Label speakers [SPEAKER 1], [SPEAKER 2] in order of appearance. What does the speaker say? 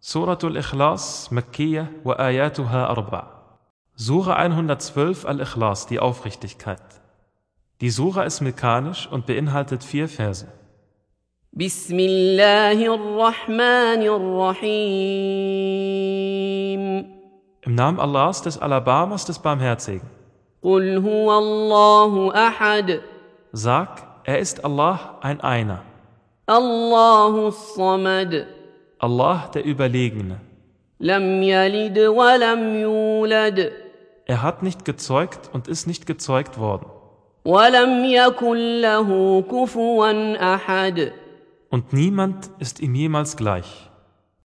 [SPEAKER 1] Surah Al-Ikhlas, Makkiyah, wa ayatuha arba. Sura 112 Al-Ikhlas, die Aufrichtigkeit. Die Sura ist mekanisch und beinhaltet vier Verse.
[SPEAKER 2] بسم الله الرحمن الرحيم
[SPEAKER 1] Im Namen Allahs, des Alabamas, des Barmherzigen.
[SPEAKER 2] قل هو الله احد
[SPEAKER 1] Sag, er ist Allah, ein Einer.
[SPEAKER 2] الله الصمد
[SPEAKER 1] Allah, der Überlegene.
[SPEAKER 2] لم يلد ولم يولد
[SPEAKER 1] Er hat nicht gezeugt und ist nicht gezeugt worden.
[SPEAKER 2] ولم يكن له كفوا احد
[SPEAKER 1] Und niemand ist ihm jemals gleich.